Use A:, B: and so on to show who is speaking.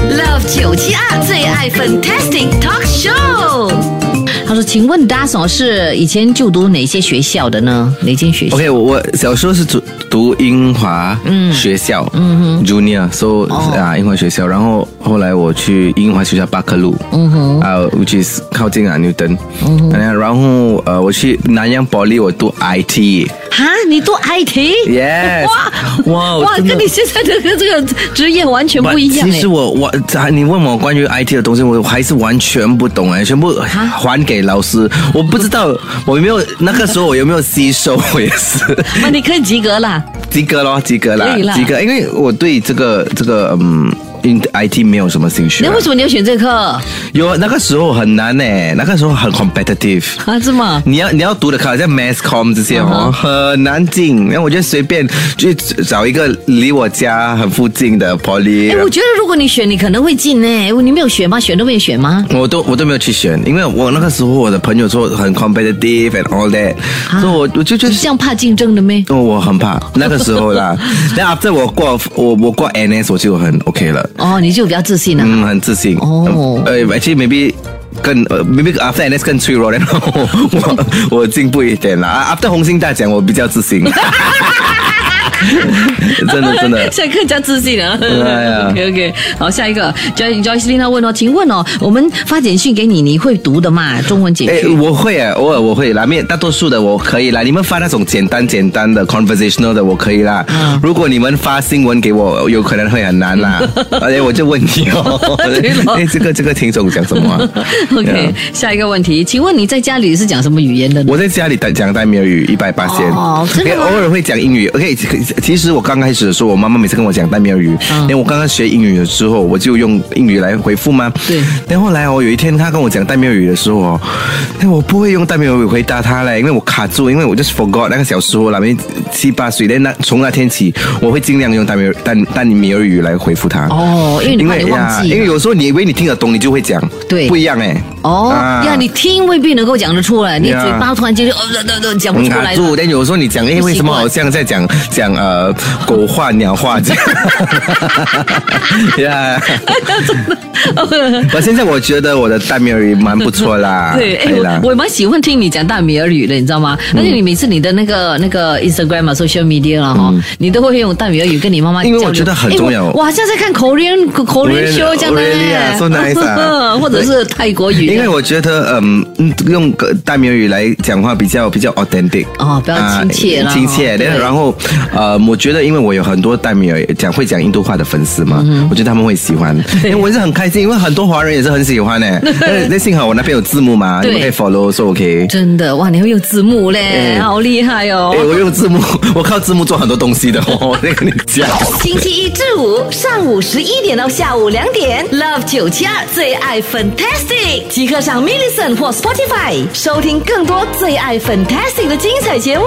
A: Love 九七二最爱 Fantastic Talk Show。他说：“请问 Daso 是以前就读哪些学校的呢？哪间学校
B: OK，我我小时候是读读英华学校，嗯哼，Junior，so 啊英华学校，然后后来我去英华学校巴克路，嗯哼，啊，which is 靠近啊牛顿，嗯哼，然后呃我去南洋保利，我读 IT，
A: 哈，你读 IT？
B: Yes
A: 哇
B: 哇
A: 哇，
B: 哦真的
A: 跟你现在的这个职业完全不一样
B: 其
A: 哎
B: 实。我我啊你问我关于 IT 的东西，我还是完全不懂哎，全部还给老师，我不知道我有没有那个时候我有没有吸收，我也是。
A: 那啊你可以及格啦。
B: 及格咯，及格啦
A: 可以，啦
B: 及格。因为我对这个这个嗯。因 IT 没有什么兴趣、
A: 那
B: 啊，
A: 为什么你要选这科？啊
B: 有那个时候很难呢、那个时候很 competitive。
A: 啊，这么
B: 你要你要读的考像 mass com 这些
A: 嗯
B: 哦很难进。然后我就随便去找一个离我家很附近的 poly，
A: 哎，我觉得如果你选，你可能会进哎。你没有选吗？选都没有选吗？
B: 我都我都没有去选，因为我那个时候我的朋友说很 competitive and all that，、所以我我就觉
A: 你
B: 得
A: 啊这样怕竞争的咩？
B: 哦，我很怕那个时候 啦。那 after 我过我我过 NS 我就很 OK 了。
A: 哦，你就比较自信了。
B: 嗯，很自信。
A: 哦
B: 呃，actually maybe 更呃，maybe after NS 更脆弱， 然后我我我进步一点啦。啊 after 红星大奖，我比较自信。 真的真的，
A: 下课加自信啊。
B: 哎呀
A: OK OK，好，下一个 Joy Joycelyn 问哦，请问哦，我们发简讯给你，你会读的嘛？中文简
B: 哎，
A: 讯。
B: 我会啊，偶尔我会啦，面大多数的我可以啦。你们发那种简单简单的 conversational 的我可以啦。
A: 嗯
B: 如果你们发新闻给我，有可能会很难 啦。而且我就问你哦，
A: 对咯
B: 哎，这个这个听众讲什么、啊
A: OK，
B: Yeah
A: 下一个问题，请问你在家里是讲什么语言的呢？
B: 我在家里讲讲大米尔语一百八千，
A: 哦真的吗
B: 偶尔会讲英语。OK，其实我刚开始的时候，我妈妈每次跟我讲大米尔语，
A: 嗯
B: 因为我刚刚学英语的时候，我就用英语来回复嘛。
A: 对
B: 但后来哦，有一天她跟我讲大米尔语的时候哦，哎，我不会用大米尔语回答她嘞，因为我卡住，因为我就是 forgot 那个小时候啦，因为七八岁，但那从那天起，我会尽量用大米尔大大米尔语来回复她。
A: 哦，因为你怕你
B: 呀
A: 忘记
B: 因为有时候你以为你听得懂，你就会讲，
A: 对
B: 不一样哎。
A: 哦
B: 啊
A: 呀，你听未必能够讲得出来，你
B: 呀
A: 嘴巴突然间就呃呃呃呃讲不
B: 很
A: 出
B: 卡
A: 来。
B: 住，但有时候你讲，哎，
A: 不习惯
B: 为什么好像在讲讲呃狗话、鸟话这样？呀，我现在我觉得我的大米尔语蛮不错啦，
A: 对，哎
B: 啊可以啦，嗯
A: 我我蛮喜欢听你讲大米尔语的，你知道吗？而且你每次你的那个那个 Instagram 啊、social media 啦，哈，你都会用大米尔语跟你妈妈交
B: 嗯因
A: 流。
B: 为我觉得很重要
A: 哎我我好像在看 Korean Korean
B: Korean-
A: show 这样的
B: Really 啊，so nice 啊
A: 或者是泰国语。
B: 因为我觉得嗯，嗯用个大米尔语来讲话比较比较 authentic。
A: 哦，比较亲切啦，
B: 啊亲切。
A: 哦
B: 然后
A: 对
B: 然后，呃，我觉得因为我有很多大米尔讲会讲印度话的粉丝嘛，我觉得他们会喜欢。因为我是很开心，因为很多华人也是很喜欢诶。那那幸好我那边有字幕嘛，你们可
A: 对
B: 以 follow，说 OK。
A: 真的哇，你会用字幕嘞，
B: 哎
A: 好厉害哦
B: 哎、！我用字幕，我靠字幕做很多东西的哦，我在跟你讲。
A: 星期一至五上午十一点到下午两点，Love 九七二最爱 Fantastic，即刻上 m i l l i c e n t 或 Spotify 收听更多最爱 Fantastic 的精彩节目。